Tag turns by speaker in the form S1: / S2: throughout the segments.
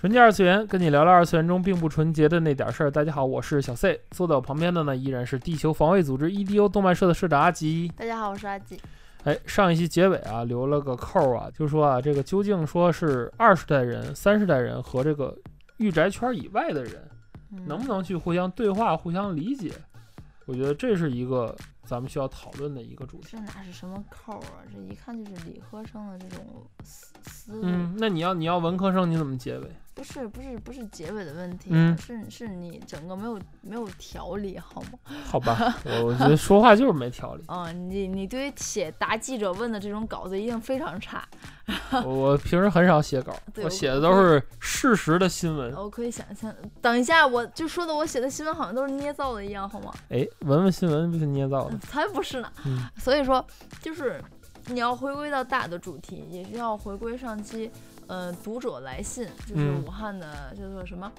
S1: 纯洁二次元，跟你聊聊二次元中并不纯洁的那点事儿。大家好，我是小 C，坐在我旁边的呢依然是地球防卫组织 EDO 动漫社的社长阿吉。
S2: 大家好，我是阿吉。
S1: 哎，上一期结尾啊留了个扣儿啊，就说啊这个究竟说是二十代人、三十代人和这个御宅圈以外的人，
S2: 嗯
S1: 能不能去互相对话、互相理解？我觉得这是一个咱们需要讨论的一个主题。
S2: 这哪是什么扣啊？这一看就是理科生的这种思思路。
S1: 嗯，那你要你要文科生你怎么结尾？
S2: 不是不是不是结尾的问题，啊
S1: 嗯
S2: 是是你整个没有没有条理好吗？。
S1: 好吧，我我觉得说话就是没条理
S2: 嗯，你你对写答记者问的这种稿子一定非常差，
S1: 我我平时很少写稿，
S2: 对
S1: 我
S2: 我哦
S1: 写的都是事实的新闻。
S2: 我可以想象。等一下，我就说的我写的新闻好像都是捏造的一样，好吗？
S1: 哎，文文新闻不是捏造的
S2: 嗯，才不是呢。
S1: 嗯
S2: 所以说，就是你要回归到大的主题，也是要回归上期，呃，读者来信，就是
S1: 嗯
S2: 武汉的叫做什么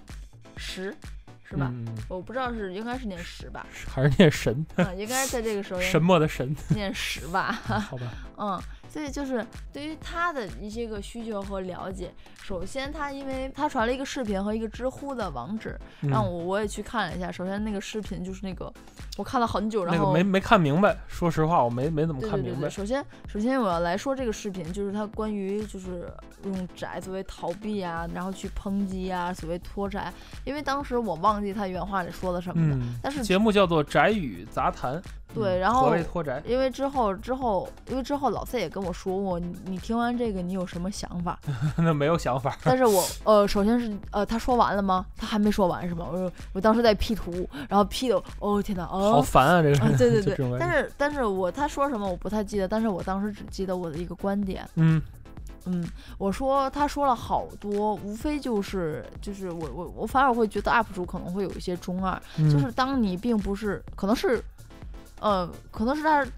S2: 十，是吧？
S1: 嗯、
S2: 我不知道是应该是念十吧，
S1: 还是念神，
S2: 嗯，应该是在这个时候
S1: 神墨的 神，
S2: 念十吧，
S1: 好吧？
S2: 嗯，所以就是对于他的一些个需求和了解，首先他因为他传了一个视频和一个知乎的网址，
S1: 嗯
S2: 让我我也去看了一下，首先那个视频就是那个我看了很久，然
S1: 那个
S2: 后
S1: 没没看明白，说实话我没没怎么
S2: 对
S1: 看
S2: 对对
S1: 明白
S2: 对，。首先首先我要来说这个视频，就是它关于就是用宅作为逃避啊，然后去抨击啊，所谓脱宅，因为当时我忘记他原话里说了什么了。
S1: 嗯，
S2: 但是
S1: 节目叫做《宅语杂谈》，
S2: 对
S1: 嗯
S2: 然后
S1: 何为脱宅？
S2: 因为之后之后，因为之后老四也跟我说过，你你听完这个你有什么想 法？
S1: 那没有想法，
S2: 但是我呃，首先是呃，他说完了吗？他还没说完是吗？我我当时在 P 图，然后 P 的，哦天哪，哦，
S1: 好烦啊！这个
S2: 啊，
S1: 人，
S2: 对 对
S1: 就这种感
S2: 对，但
S1: 觉
S2: 是但是我他说什么我不太记得，但是我当时只记得我的一个观点，
S1: 嗯
S2: 嗯，我说他说了好多，无非就是就是我我我反而会觉得 UP 主可能会有一些中二，
S1: 嗯，
S2: 就是当你并不是可能是，呃，可能是他就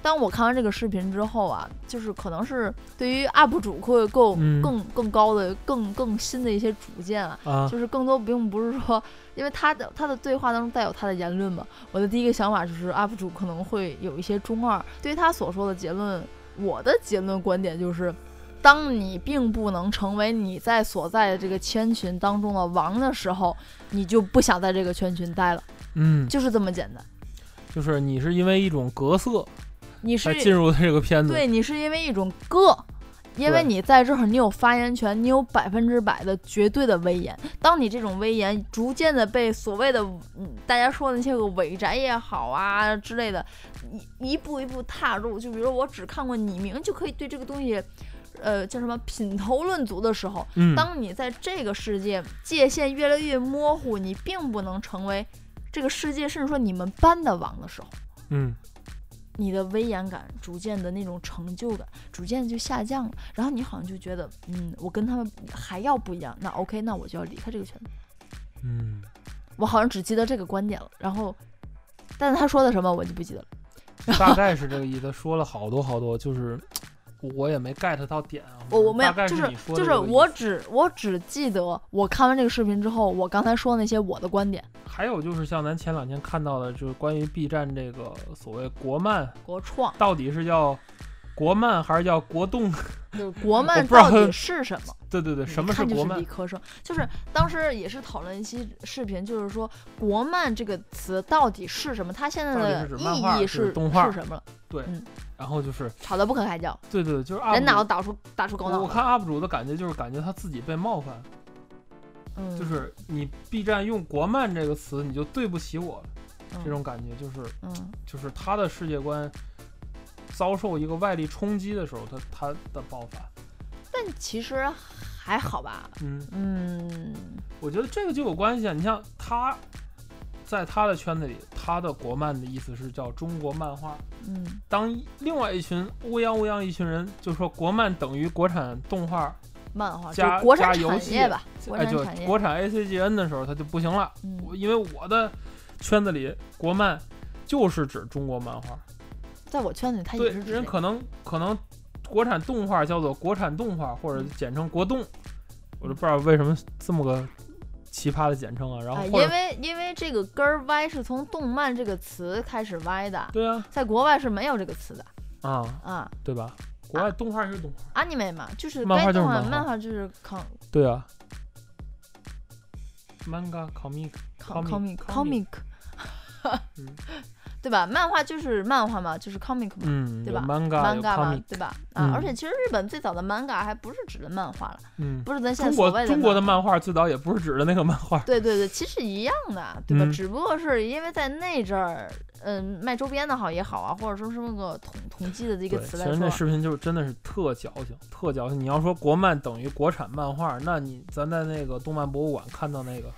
S2: 当我看完这个视频之后啊，就是可能是对于 UP 主会够
S1: 嗯
S2: 更更高的更更新的一些主见啊，
S1: 啊，
S2: 就是更多并不是说，因为他的他的对话当中带有他的言论嘛。我的第一个想法就是 UP 主可能会有一些中二，对于他所说的结论，我的结论观点就是。当你并不能成为你在所在的这个圈群当中的王的时候，你就不想在这个圈群待了，
S1: 嗯，
S2: 就是这么简单。
S1: 就是你是因为一种格色
S2: 你
S1: 才
S2: 是
S1: 进入这个片子，
S2: 对你是因为一种个，因为
S1: 嗯对
S2: 你在这儿你有发言权，你有百分之百的绝对的威严。当你这种威严逐渐的被所谓的嗯大家说的那些个伪宅也好啊之类的，一一步一步踏入，就比如我只看过你明就可以对这个东西。呃，叫什么品头论足的时候，
S1: 嗯，
S2: 当你在这个世界界限越来越模糊，你并不能成为这个世界，甚至说你们班的王的时候，
S1: 嗯
S2: 你的威严感逐渐的那种成就感逐渐就下降了，然后你好像就觉得，嗯，我跟他们还要不一样，那 OK，那我就要离开这个圈子。
S1: 嗯。
S2: 我好像只记得这个观点了，然后，但是他说的什么我就不记得了。
S1: 大概是这个意思。说了好多好多，就是我也没 get 到点啊。
S2: 我我没有
S1: 大，概
S2: 就是是
S1: 你说的
S2: 就
S1: 这
S2: 是
S1: 个意思
S2: 我只我只记得我看完这个视频之后，我刚才说的那些我的观点，
S1: 还有就是像咱前两天看到的，就是关于 B 站这个所谓国漫，
S2: 国创
S1: 到底是叫国漫还是叫国动？
S2: 就是国
S1: 我
S2: 漫
S1: 不知道
S2: 到底是什么。
S1: 对对对，什么
S2: 一
S1: 是
S2: 嗯看就
S1: 国
S2: 是
S1: 漫
S2: 理？科生，就是当时也是讨论一期视频，就是说“国漫”这个词到底是什么，它现在
S1: 到底
S2: 的
S1: 是指漫画
S2: 意义
S1: 是
S2: 是
S1: 动画
S2: 是什么了，
S1: 然后就是
S2: 吵得不可开交，
S1: 对对对，就是 UP
S2: 人脑
S1: 主
S2: 子打出打出狗
S1: 啊我
S2: 脑
S1: 我
S2: 了，
S1: 看 UP 主的感觉就是感觉他自己被冒犯，
S2: 嗯，
S1: 就是你 B 站用国漫这个词，你就对不起我了，
S2: 嗯
S1: 这种感觉就是
S2: 嗯
S1: 就是他的世界观遭受一个外力冲击的时候，他他的爆发。
S2: 但其实还好吧，
S1: 嗯，
S2: 嗯，
S1: 我觉得这个就有关系啊。你像他，在他的圈子里，他的国漫的意思是叫中国漫画。
S2: 嗯
S1: 当另外一群乌泱乌泱一群人就说国漫等于国产动画，
S2: 漫画，就
S1: 加
S2: 国产
S1: 加游
S2: 产
S1: 戏
S2: 业吧，国
S1: 哎，
S2: 产
S1: 就
S2: 产业，
S1: 国产 ACGN 的时候，它就不行了。
S2: 嗯
S1: 我因为我的圈子里，国漫就是指中国漫画，
S2: 在我圈子里它
S1: 对
S2: 哎也是指
S1: 人可能可能国产动画叫做国产动画，或者
S2: 嗯
S1: 简称国动，我都不知道为什么这么个奇葩的简称啊。然后
S2: 哎，
S1: 或者
S2: 因为因为这个根儿歪是从动漫这个词开始歪的，
S1: 对啊
S2: 在国外是没有这个词的
S1: 啊，
S2: 啊。
S1: 对吧？国外动画是动画，
S2: anime 嘛，就是
S1: 漫
S2: 该
S1: 画就是
S2: 动画，
S1: 漫画
S2: 漫画就是 com
S1: 对啊。manga comic
S2: com
S1: Comic-
S2: comic
S1: comic
S2: comic，
S1: 嗯
S2: 对吧？漫画就是漫画嘛，就是 comic 嘛。
S1: 嗯，
S2: 对
S1: 有
S2: 吧
S1: manga 有
S2: manga 嘛
S1: comic，，
S2: 对吧？啊，
S1: 嗯
S2: 而且其实日本最早的 manga 还不是指的漫画了，
S1: 嗯，
S2: 不是咱现在
S1: 中
S2: 所
S1: 国
S2: 谓
S1: 中国的
S2: 漫
S1: 漫画最早也不是指的那个漫画，
S2: 对对对，其实一样的，对吧？
S1: 嗯
S2: 只不过是因为在那阵儿，嗯，卖周边的好也好啊，或者说是那个统统计的这个
S1: 对，
S2: 词
S1: 其
S2: 来
S1: 实
S2: 说
S1: 那，视频就是真的是特矫情，特矫情。你要说国漫等于国产漫画，那你咱在那个动漫博物馆看到那个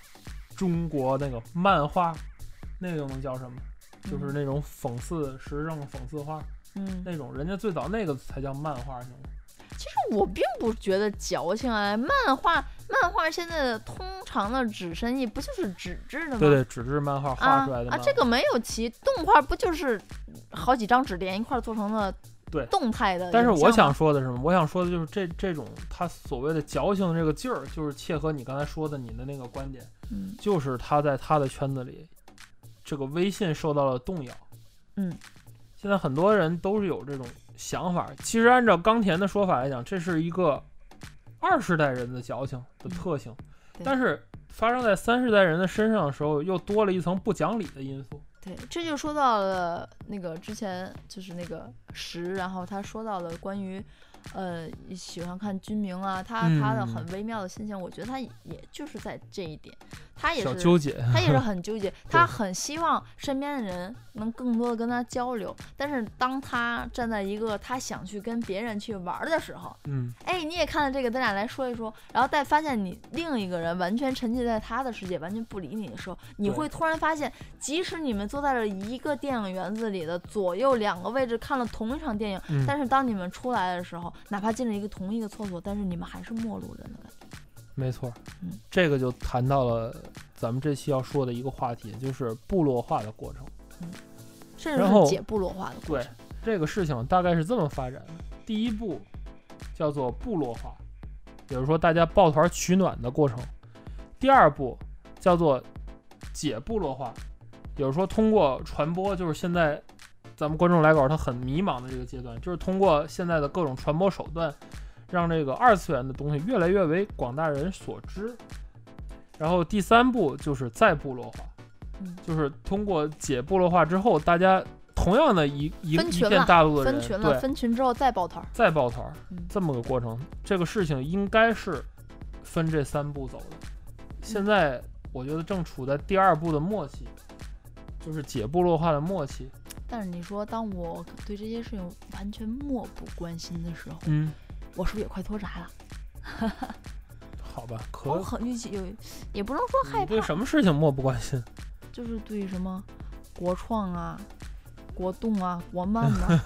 S1: 中国那个漫画，那个又能叫什么？就是那种讽刺时政、讽刺画
S2: 嗯，
S1: 那种，人家最早那个才叫漫画呢。
S2: 其实我并不觉得矫情啊，漫画漫画现在的通常的纸深意不就是纸质的吗？
S1: 对对，纸质漫画画
S2: 啊
S1: 出来的漫画
S2: 啊，这个没有其动画不就是好几张纸连一块儿做成了
S1: 对
S2: 动态的影像
S1: 但
S2: 吗？
S1: 是我想说的是什么？我想说的就是这这种他所谓的矫情这个劲儿，就是切合你刚才说的你的那个观点，
S2: 嗯，
S1: 就是他在他的圈子里，这个微信受到了动摇。
S2: 嗯，
S1: 现在很多人都是有这种想法。其实按照冈田的说法来讲，这是一个二世代人的矫情的特性，
S2: 嗯对
S1: 但是发生在三世代人的身上的时候，又多了一层不讲理的因素。
S2: 对，这就说到了那个之前就是那个石，然后他说到了关于，呃，喜欢看军名啊，他、他的
S1: 嗯
S2: 很微妙的心情，我觉得他也就是在这一点，他也
S1: 小
S2: 是
S1: 纠结，
S2: 他也是很纠结，他很希望身边的人能更多的跟他交流，但是当他站在一个他想去跟别人去玩儿的时候，
S1: 嗯，
S2: 哎，你也看了这个，咱俩来说一说，然后再发现你另一个人完全沉浸在他的世界，完全不理你的时候，你
S1: 对
S2: 会突然发现，即使你们坐在了一个电影院子里的左右两个位置看了同一场电影，
S1: 嗯
S2: 但是当你们出来的时候，哪怕进了一个同一个厕所，但是你们还是陌路人的感觉。
S1: 没错
S2: 嗯，
S1: 这个就谈到了咱们这期要说的一个话题，就是部落化的过程。
S2: 甚至
S1: 然后
S2: 是解部落化的过
S1: 对
S2: 程。
S1: 这个事情大概是这么发展的：第一步叫做部落化，比如说大家抱团取暖的过程；第二步叫做解部落化，比如说通过传播，就是现在咱们观众来稿他很迷茫的这个阶段，就是通过现在的各种传播手段，让这个二次元的东西越来越为广大人所知。然后第三步就是再部落化，
S2: 嗯
S1: 就是通过解部落化之后，大家同样的一一
S2: 分
S1: 一
S2: 群
S1: 片
S2: 了
S1: 大陆的
S2: 分
S1: 人，
S2: 群
S1: 对
S2: 了，，分群之后再抱团儿。
S1: 再抱团儿
S2: 嗯，
S1: 这么个过程，这个事情应该是分这三步走的。现在我觉得正处在第二步的末期，就是解部落化的末期。
S2: 但是你说，当我对这些事情完全漠不关心的时候，
S1: 嗯，
S2: 我是不是也快脱宅了？
S1: 好吧，可
S2: 我很预期有，也不能说哦害
S1: 你对
S2: 怕，
S1: 什么事情漠不关心？
S2: 就是对什么国创啊、国动啊、国漫 啊，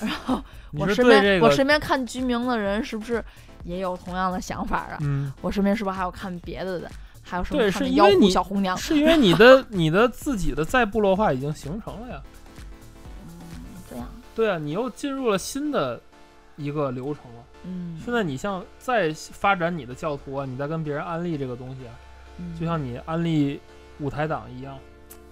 S2: 然后
S1: 你
S2: 我
S1: 是
S2: 身
S1: 对
S2: 边、
S1: 这
S2: 我
S1: 个
S2: 身边看居民的人是不是也有同样的想法啊？
S1: 嗯，
S2: 我身边是不是还有看别的的？还有什么
S1: 对
S2: 看
S1: 是
S2: 的
S1: 因
S2: 妖
S1: 为
S2: 狐
S1: 你
S2: 小红娘？
S1: 是因为你的 你的自己的再部落化已经形成了呀。
S2: 嗯这样，
S1: 对啊，你又进入了新的一个流程了。
S2: 嗯，
S1: 现在你像再发展你的教徒啊，你在跟别人安利这个东西啊，
S2: 嗯
S1: 就像你安利舞台党一样，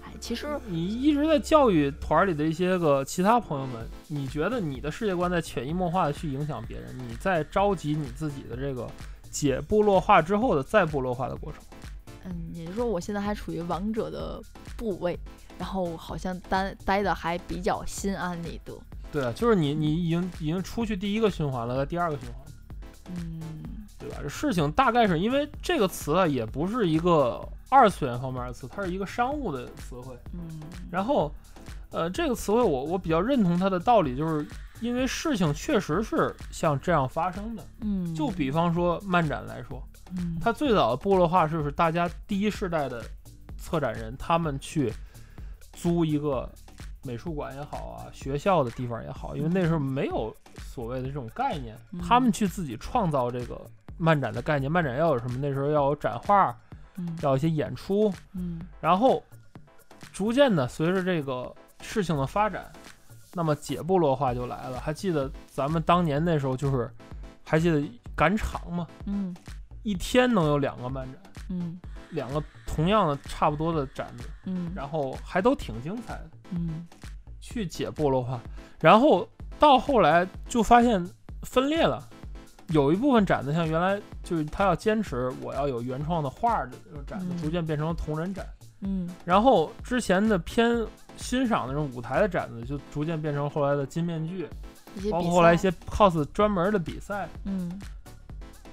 S2: 哎，其实
S1: 你一直在教育团里的一些个其他朋友们，你觉得你的世界观在潜移默化的去影响别人，你在召集你自己的这个解部落化之后的再部落化的过程。
S2: 嗯，也就是说我现在还处于王者的部位，然后好像待待的还比较心安理得。
S1: 对啊，就是你你已经已经出去第一个循环了，在第二个循环，
S2: 嗯，
S1: 对吧？这事情大概是因为这个词啊，也不是一个二次元方面的词，它是一个商务的词汇。
S2: 嗯，
S1: 然后，呃，这个词汇我我比较认同它的道理，就是因为事情确实是像这样发生的。
S2: 嗯，
S1: 就比方说漫展来说，
S2: 嗯
S1: 它最早的部落化就是大家第一世代的策展人，他们去租一个美术馆也好啊，学校的地方也好，因为那时候没有所谓的这种概念
S2: 嗯，
S1: 他们去自己创造这个漫展的概念，漫展要有什么？那时候要有展画，
S2: 嗯
S1: 要有一些演出，
S2: 嗯
S1: 然后逐渐的随着这个事情的发展，那么解部落化就来了。还记得咱们当年那时候就是，还记得赶场吗？
S2: 嗯
S1: 一天能有两个漫展，
S2: 嗯
S1: 两个同样的差不多的展子，
S2: 嗯
S1: 然后还都挺精彩的，
S2: 嗯
S1: 去解部落化。然后到后来就发现分裂了。有一部分展子像原来就是他要坚持我要有原创的画儿的这种展子，
S2: 嗯
S1: 逐渐变成了同人展。
S2: 嗯
S1: 然后之前的偏欣赏那种舞台的展子，就逐渐变成后来的金面具，
S2: 一些
S1: 包
S2: 比
S1: 括后来一
S2: 赛
S1: 些 cos 专门的比赛，
S2: 嗯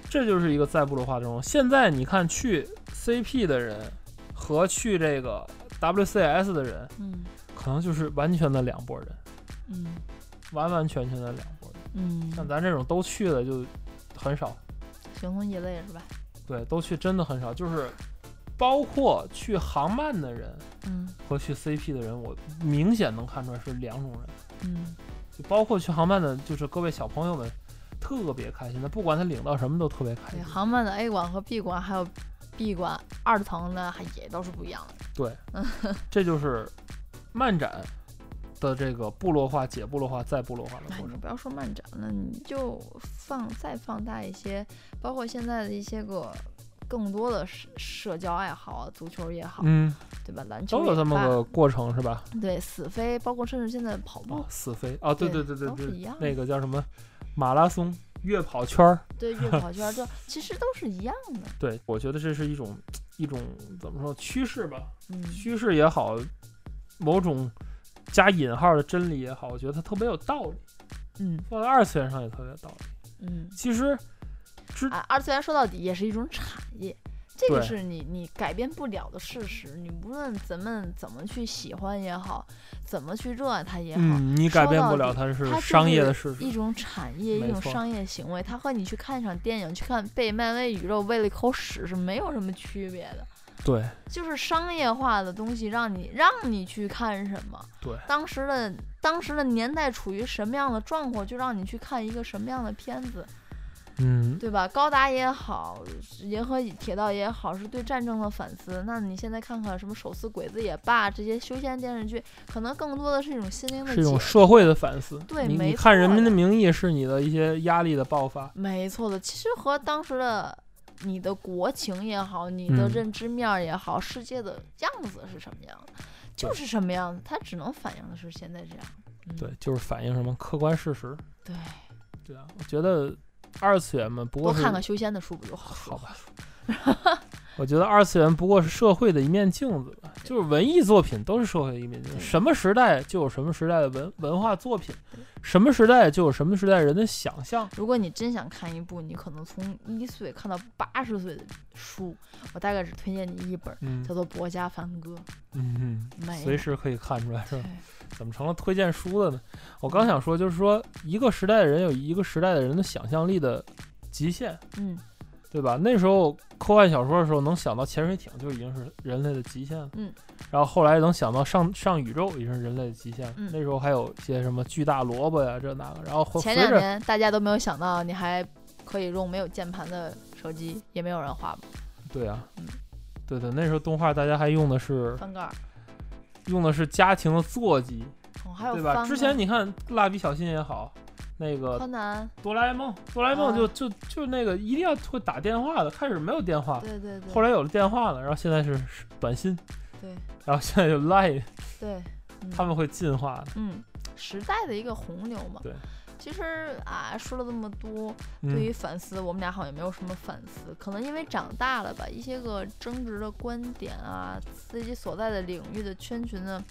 S1: 这就是一个再部落化的中。现在你看去 CP 的人和去这个 WCS 的人，
S2: 嗯
S1: 可能就是完全的两拨人，
S2: 嗯
S1: 完完全全的两拨人。
S2: 嗯，
S1: 像咱这种都去的就很少，
S2: 形同一类是吧？
S1: 对，都去真的很少，就是。包括去航漫的人
S2: 嗯
S1: 和去 CP 的人，我明显能看出来是两种人。
S2: 嗯
S1: 就包括去航班的，就是各位小朋友们特别开心的，不管他领到什么都特别开
S2: 对，
S1: 心。
S2: 航班的 A 馆和 B 馆还有 B 馆二层呢，还也都是不一样的。
S1: 这就是漫展的这个部落化、解部落化、再部落化的
S2: 哎，
S1: 过
S2: 你
S1: 程。
S2: 不要说漫展了，你就放再放大一些，包括现在的一些个更多的社社交爱好啊，足球也好，
S1: 嗯，
S2: 对吧？篮球
S1: 都有
S2: 也
S1: 这么
S2: 罢
S1: 个过程是吧？
S2: 对死飞，包括甚至现在跑步
S1: 啊，，死飞啊，对
S2: 对
S1: 对对
S2: 都是一
S1: 对
S2: 样，的
S1: 那个叫什么马拉松、越跑圈儿。
S2: 对越跑圈儿，这其实都是一样的。
S1: 对，我觉得这是一种一种怎么说趋势吧，
S2: 嗯
S1: 趋势也好，某种加引号的真理也好，我觉得它特别有道理，
S2: 嗯
S1: 放在二次元上也特别有道理。
S2: 嗯，
S1: 其实
S2: 啊，二次元说到底也是一种产业，这个
S1: 对
S2: 是你你改变不了的事实。你无论咱们怎么去喜欢也好，怎么去热爱它也好，
S1: 嗯，你改
S2: 说
S1: 变
S2: 到
S1: 不了
S2: 底
S1: 它
S2: 它
S1: 是
S2: 就
S1: 商业
S2: 是
S1: 的事实
S2: 一。种产业，
S1: 没
S2: 一种
S1: 错
S2: 商业行为，它和你去看一场电影，去看被漫威宇宙喂了一口屎是没有什么区别的。
S1: 对，
S2: 就是商业化的东西，让你让你去看什么，
S1: 对
S2: 当时的当时的年代处于什么样的状况，就让你去看一个什么样的片子，
S1: 嗯，
S2: 对吧？高达也好，银河铁道也好，是对战争的反思。那你现在看看什么手撕鬼子也罢，这些休闲电视剧，可能更多的是一种心灵的
S1: 是一种
S2: 解
S1: 社会的反思。
S2: 对
S1: 你
S2: 没
S1: 你看《人
S2: 错嗯
S1: 民
S2: 的
S1: 的名义》是你的一些压力的爆发。
S2: 没错的，其实和当时的你的国情也好，你的
S1: 嗯
S2: 认知面儿也好，世界的样子是什么样的，就是什么样子，它只能反映的是现在这样。嗯、
S1: 对，就是反映什么客观事实。
S2: 对，
S1: 对啊，我觉得二次元嘛，不
S2: 多
S1: 过是
S2: 看看修仙的书不就好
S1: 好
S2: 说？
S1: 吧。 我觉得二次元不过是社会的一面镜子吧，就是文艺作品都是社会的一面镜子。
S2: 对
S1: 什么时代就有什么时代的文文化作品
S2: 对，
S1: 什么时代就有什么时代人的想象。
S2: 如果你真想看一部你可能从一岁看到八十岁的书，我大概只推荐你一本儿，
S1: 嗯
S2: 叫做《博家梵歌》。
S1: 嗯哼，
S2: 没
S1: 随
S2: 有
S1: 时可以看出来是吧
S2: 对？，
S1: 怎么成了推荐书了呢？我刚想说，就是说一个时代的人有一个时代的人的想象力的极限，
S2: 嗯
S1: 对吧？那时候科幻小说的时候，能想到潜水艇就已经是人类的极限了。
S2: 嗯。
S1: 然后后来能想到上上宇宙已经是人类的极限了。
S2: 嗯
S1: 那时候还有一些什么巨大萝卜呀、这那个。然后哦会随
S2: 前两
S1: 着
S2: 年大家都没有想到你还可以用没有键盘的手机，也没有人画吧
S1: 对啊
S2: 嗯，
S1: 对对，那时候动画大家还用的是
S2: 翻盖儿，
S1: 用的是家庭的座机，
S2: 哦，还有
S1: 对
S2: 翻
S1: 吧？
S2: 盖
S1: 之
S2: 儿
S1: 前你看蜡笔小新也好，那个
S2: 柯南，
S1: 哆啦 A 梦，哆啦 A 梦
S2: 啊
S1: 就、就就那个一定要会打电话的，开始没有电话，
S2: 对对对，
S1: 啊后来有了电话了，然后现在是是短信，
S2: 对，
S1: 然后现在就 Line，
S2: 对，
S1: 他们会进化的。
S2: 嗯，时代的一个洪流嘛。
S1: 对。
S2: 其实啊，说了这么多，对
S1: 嗯
S2: 于反思，我们俩好像也没有什么反思。可能因为长大了吧，一些个争执的观点啊，自己所在的领域的圈群的，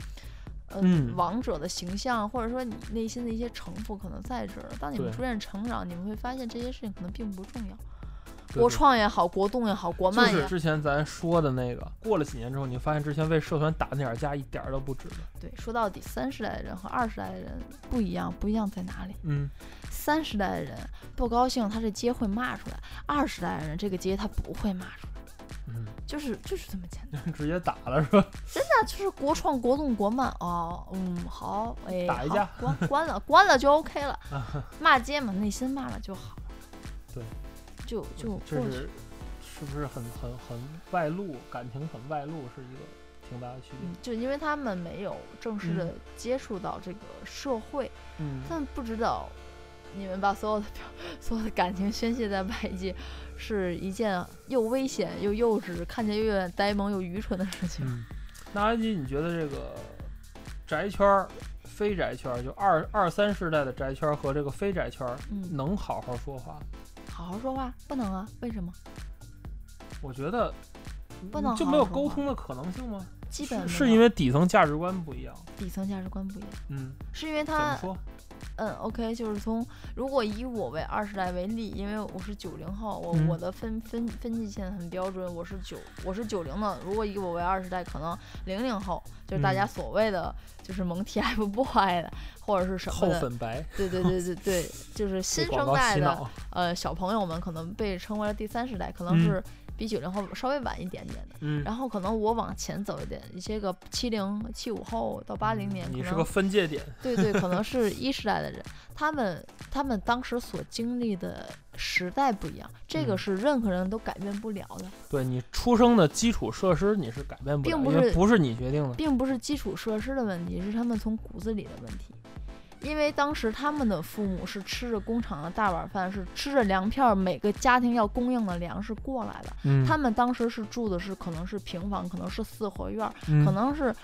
S2: 呃、
S1: 嗯
S2: 王者的形象，或者说你内心的一些城府，可能在这儿了。当你们
S1: 对
S2: 逐渐成长，你们会发现这些事情可能并不重要。
S1: 对
S2: 国
S1: 对
S2: 创也好，国动也好，国
S1: 就
S2: 漫也
S1: 是
S2: 好，
S1: 之前咱说的那个，过了几年之后，你发现之前为社团打那点儿架一点儿都不值得。
S2: 对，说到底，三十代的人和二十代的人不一样，不一样在哪里？
S1: 嗯，
S2: 三十代的人不高兴，他这街会骂出来；二十代的人这个街他不会骂出来，
S1: 嗯，
S2: 就是就是这么简单。
S1: 直接打了是吧？
S2: 那就是国创、国动、国漫哦，嗯，好，哎，
S1: 打一
S2: 好
S1: 架啊
S2: 关 关了，关了就 OK 了，骂街嘛，内心骂骂就好。
S1: 对，
S2: 就就
S1: 这
S2: 过去
S1: 是是不是很很很外露？感情很外露是一个挺大的区别
S2: 嗯。，就因为他们没有正式的
S1: 嗯
S2: 接触到这个社会，
S1: 嗯
S2: 他们不知道你们把所有的表、 所有的感情宣泄在外界，是一件又危险又幼稚、看起来又有点呆萌又愚蠢的事情。
S1: 嗯，那安吉，你觉得这个宅圈儿、非宅圈儿，就二二三世代的宅圈儿和这个非宅圈儿，
S2: 嗯，
S1: 能好好说话？
S2: 好好说话不能啊？为什么？
S1: 我觉得
S2: 不能
S1: 嗯就
S2: 好
S1: 没有
S2: 好
S1: 沟
S2: 说
S1: 通的可能性吗？
S2: 基本
S1: 是
S2: 没
S1: 是
S2: 有
S1: 因为底层价值观不一样。
S2: 底层价值观不一样，
S1: 嗯，
S2: 是因为
S1: 怎么
S2: 他
S1: 说？
S2: 嗯，OK，就是从如果以我为二十代为例，因为我是九零后，我、
S1: 嗯
S2: 我的分分分界线很标准，我是九我是九零的，如果以我为二十代，可能零零后就是大家
S1: 嗯
S2: 所谓的就是萌 TFBOY 的，或者是什么
S1: 厚
S2: 的，
S1: 粉白，
S2: 对对对对对， 就是
S1: 被
S2: 新
S1: 广
S2: 生
S1: 告
S2: 代
S1: 洗
S2: 的
S1: 脑。
S2: 呃小朋友们可能被称为了第三世代，可能
S1: 嗯
S2: 是比九零后稍微晚一点点的，
S1: 嗯，
S2: 然后可能我往前走一点，一些个七零七五后到八零年，可
S1: 嗯你
S2: 能。
S1: 是个分界点。
S2: 对对，可能是一时代的人，他们他们当时所经历的时代不一样，这个
S1: 嗯
S2: 是任何人都改变不了的，
S1: 对你出生的基础设施你是改变不了，
S2: 并不
S1: 因为
S2: 是
S1: 不是你决定的。
S2: 并不是基础设施的问题，是他们从骨子里的问题。因为当时他们的父母是吃着工厂的大碗饭，是吃着粮票，每个家庭要供应的粮食过来的。
S1: 嗯，
S2: 他们当时是住的是可能是平房，可能是四合院儿，
S1: 嗯
S2: 可能是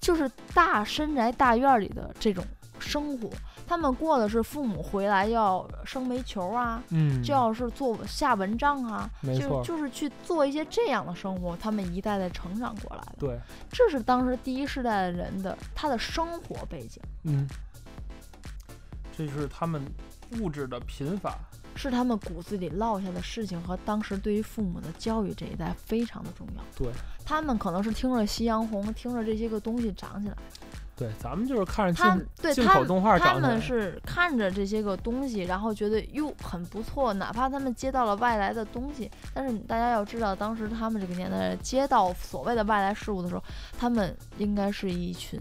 S2: 就是大深宅大院儿里的这种生活，他们过的是父母回来要升煤球啊，
S1: 嗯，
S2: 就要是做下文章啊，
S1: 没
S2: 就
S1: 错，
S2: 就是去做一些这样的生活，他们一代代成长过来的，
S1: 对，
S2: 这是当时第一世代的人的他的生活背景，
S1: 嗯，这是他们物质的贫乏。
S2: 是他们骨子里落下的事情和当时对于父母的教育这一代非常的重要。
S1: 对，
S2: 他们可能是听着夕阳红，听着这些个东西长起来的。
S1: 对，咱们就是看
S2: 他
S1: 着
S2: 们对
S1: 进进
S2: 他
S1: 口
S2: 们
S1: 动画
S2: 他
S1: 长起来
S2: 们。是看着这些个东西，然后觉得哟很不错，哪怕他们接到了外来的东西，但是大家要知道，当时他们这个年代接到所谓的外来事物的时候，他们应该是一群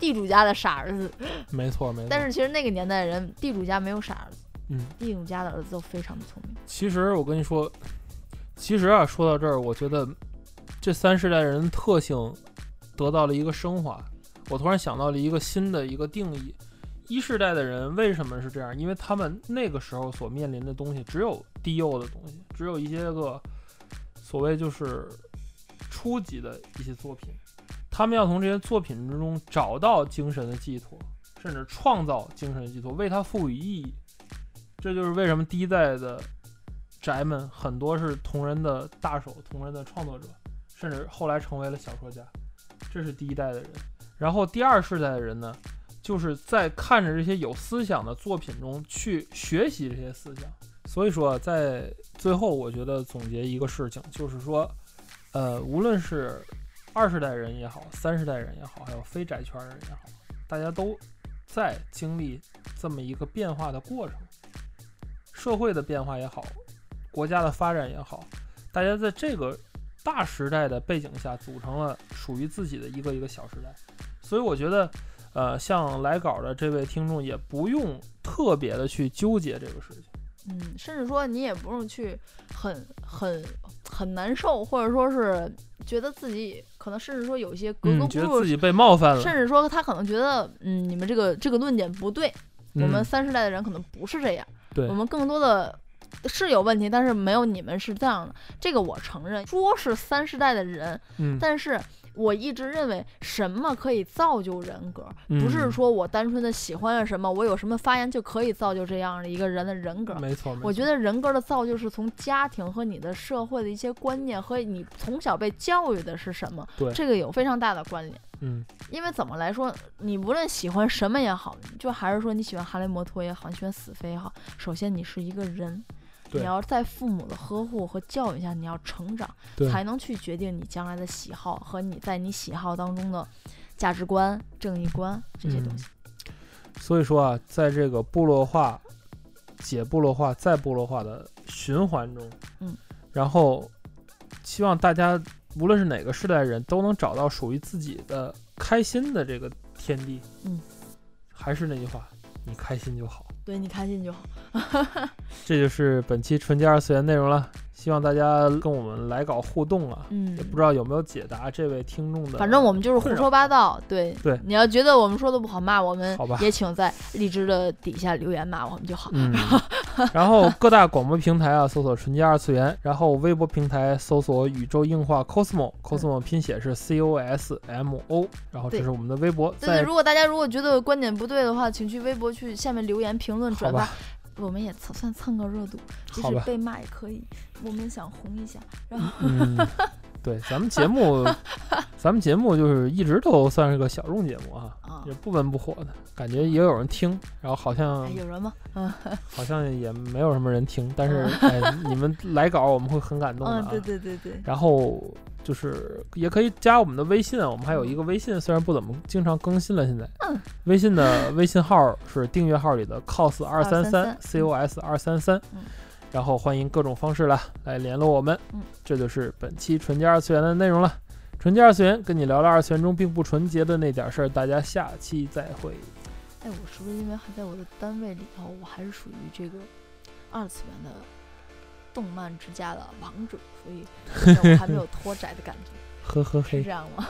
S2: 地主家的傻儿子，
S1: 嗯没错，没错。
S2: 但是其实那个年代的人，地主家没有傻儿子，
S1: 嗯，
S2: 地主家的儿子都非常的聪明，
S1: 其实我跟你说，其实啊，说到这儿，我觉得这三世代人特性得到了一个升华。我突然想到了一个新的一个定义：一世代的人为什么是这样？因为他们那个时候所面临的东西只有低幼的东西，只有一些个所谓就是初级的一些作品。他们要从这些作品之中找到精神的寄托，甚至创造精神的寄托，为它赋予意义。这就是为什么第一代的宅们很多是同人的大手、同人的创作者，甚至后来成为了小说家，这是第一代的人。然后第二世代的人呢，就是在看着这些有思想的作品中去学习这些思想。所以说啊，在最后，我觉得总结一个事情，就是说，呃，无论是二世代人也好，三世代人也好，还有非宅圈人也好，大家都在经历这么一个变化的过程，社会的变化也好，国家的发展也好，大家在这个大时代的背景下，组成了属于自己的一个一个小时代。所以我觉得，呃，像来稿的这位听众也不用特别的去纠结这个事情。
S2: 嗯，甚至说你也不用去很很很难受，或者说是觉得自己可能甚至说有一些格格
S1: 嗯，
S2: 不
S1: 觉得
S2: 入
S1: 自己被冒犯
S2: 甚
S1: 了，
S2: 至说他可能觉得，嗯，你们这个这个论点不对，我们三世代的人可能不是这样，
S1: 嗯对
S2: 我们更多的是有问题，但是没有你们是这样的，这个我承认，说是三世代的人，
S1: 嗯，
S2: 但是。我一直认为，什么可以造就人格，
S1: 嗯
S2: 不是说我单纯的喜欢了什么，我有什么发言就可以造就这样的一个人的人格。
S1: 没错，没错
S2: 我觉得人格的造就是从家庭和你的社会的一些观念和你从小被教育的是什么，
S1: 对
S2: 这个有非常大的关联。
S1: 嗯，
S2: 因为怎么来说，你无论喜欢什么也好，就还是说你喜欢哈雷摩托也好，你喜欢死飞也好，首先你是一个人，
S1: 对
S2: 你要在父母的呵护和教育下，你要成长，
S1: 对
S2: 才能去决定你将来的喜好和你在你喜好当中的价值观、正义观这些东西。
S1: 嗯所以说啊，在这个部落化、解部落化、再部落化的循环中，
S2: 嗯，
S1: 然后希望大家无论是哪个世代人都能找到属于自己的开心的这个天地。
S2: 嗯，
S1: 还是那句话，你开心就好。
S2: 对你开心就好。
S1: 这就是本期纯洁二次元内容了，希望大家跟我们来搞互动啊。
S2: 嗯
S1: 也，不知道有没有解答这位听众的，
S2: 反正我们就是
S1: 困
S2: 胡
S1: 扰
S2: 说八道。对
S1: 对
S2: 你要觉得我们说的不好骂我们
S1: 好吧，
S2: 也请在荔枝的底下留言骂我们就 好。
S1: 嗯，然后各大广播平台啊，搜索“纯洁二次元”，然后微博平台搜索“宇宙硬化 cosmo”，cosmo 拼写是 C O S M O，然后这
S2: 对
S1: 是我们的微博，
S2: 对对，
S1: 在
S2: 如果大家如果觉得观点不对的话，请去微博去下面留言、评论、
S1: 好
S2: 转发
S1: 吧，，
S2: 我们也蹭算蹭个热度，即
S1: 好
S2: 使
S1: 吧
S2: 被骂也可以。我们想红一下，
S1: 嗯，对，咱们节 目，咱们节目就是一直都算是个小众节目啊，
S2: 啊
S1: 也不温不火的，感觉也有人听，然后好像
S2: 哎，有人吗？
S1: 好像也没有什么人听，但 是哎，你们来稿我们会很感动的
S2: 嗯，
S1: 啊
S2: 对。对对对，
S1: 然后就是也可以加我们的微信，啊，我们还有一个微信，虽然不怎么经常更新了，现在
S2: 嗯
S1: 微信的微信号是订阅号里的 cos 二三三 c o s 二三三
S2: 嗯，
S1: 然后欢迎各种方式啦来联络我们
S2: 嗯。
S1: 这就是本期纯洁二次元的内容了。纯洁二次元跟你聊聊二次元中并不纯洁的那点事儿，大家下期再会。
S2: 哎，我是不是因为还在我的单位里头，我还是属于这个二次元的动漫之 家的王者，所以现在我还没有脱宅的感觉，
S1: 呵呵
S2: 是
S1: 嘿
S2: 这，样吗？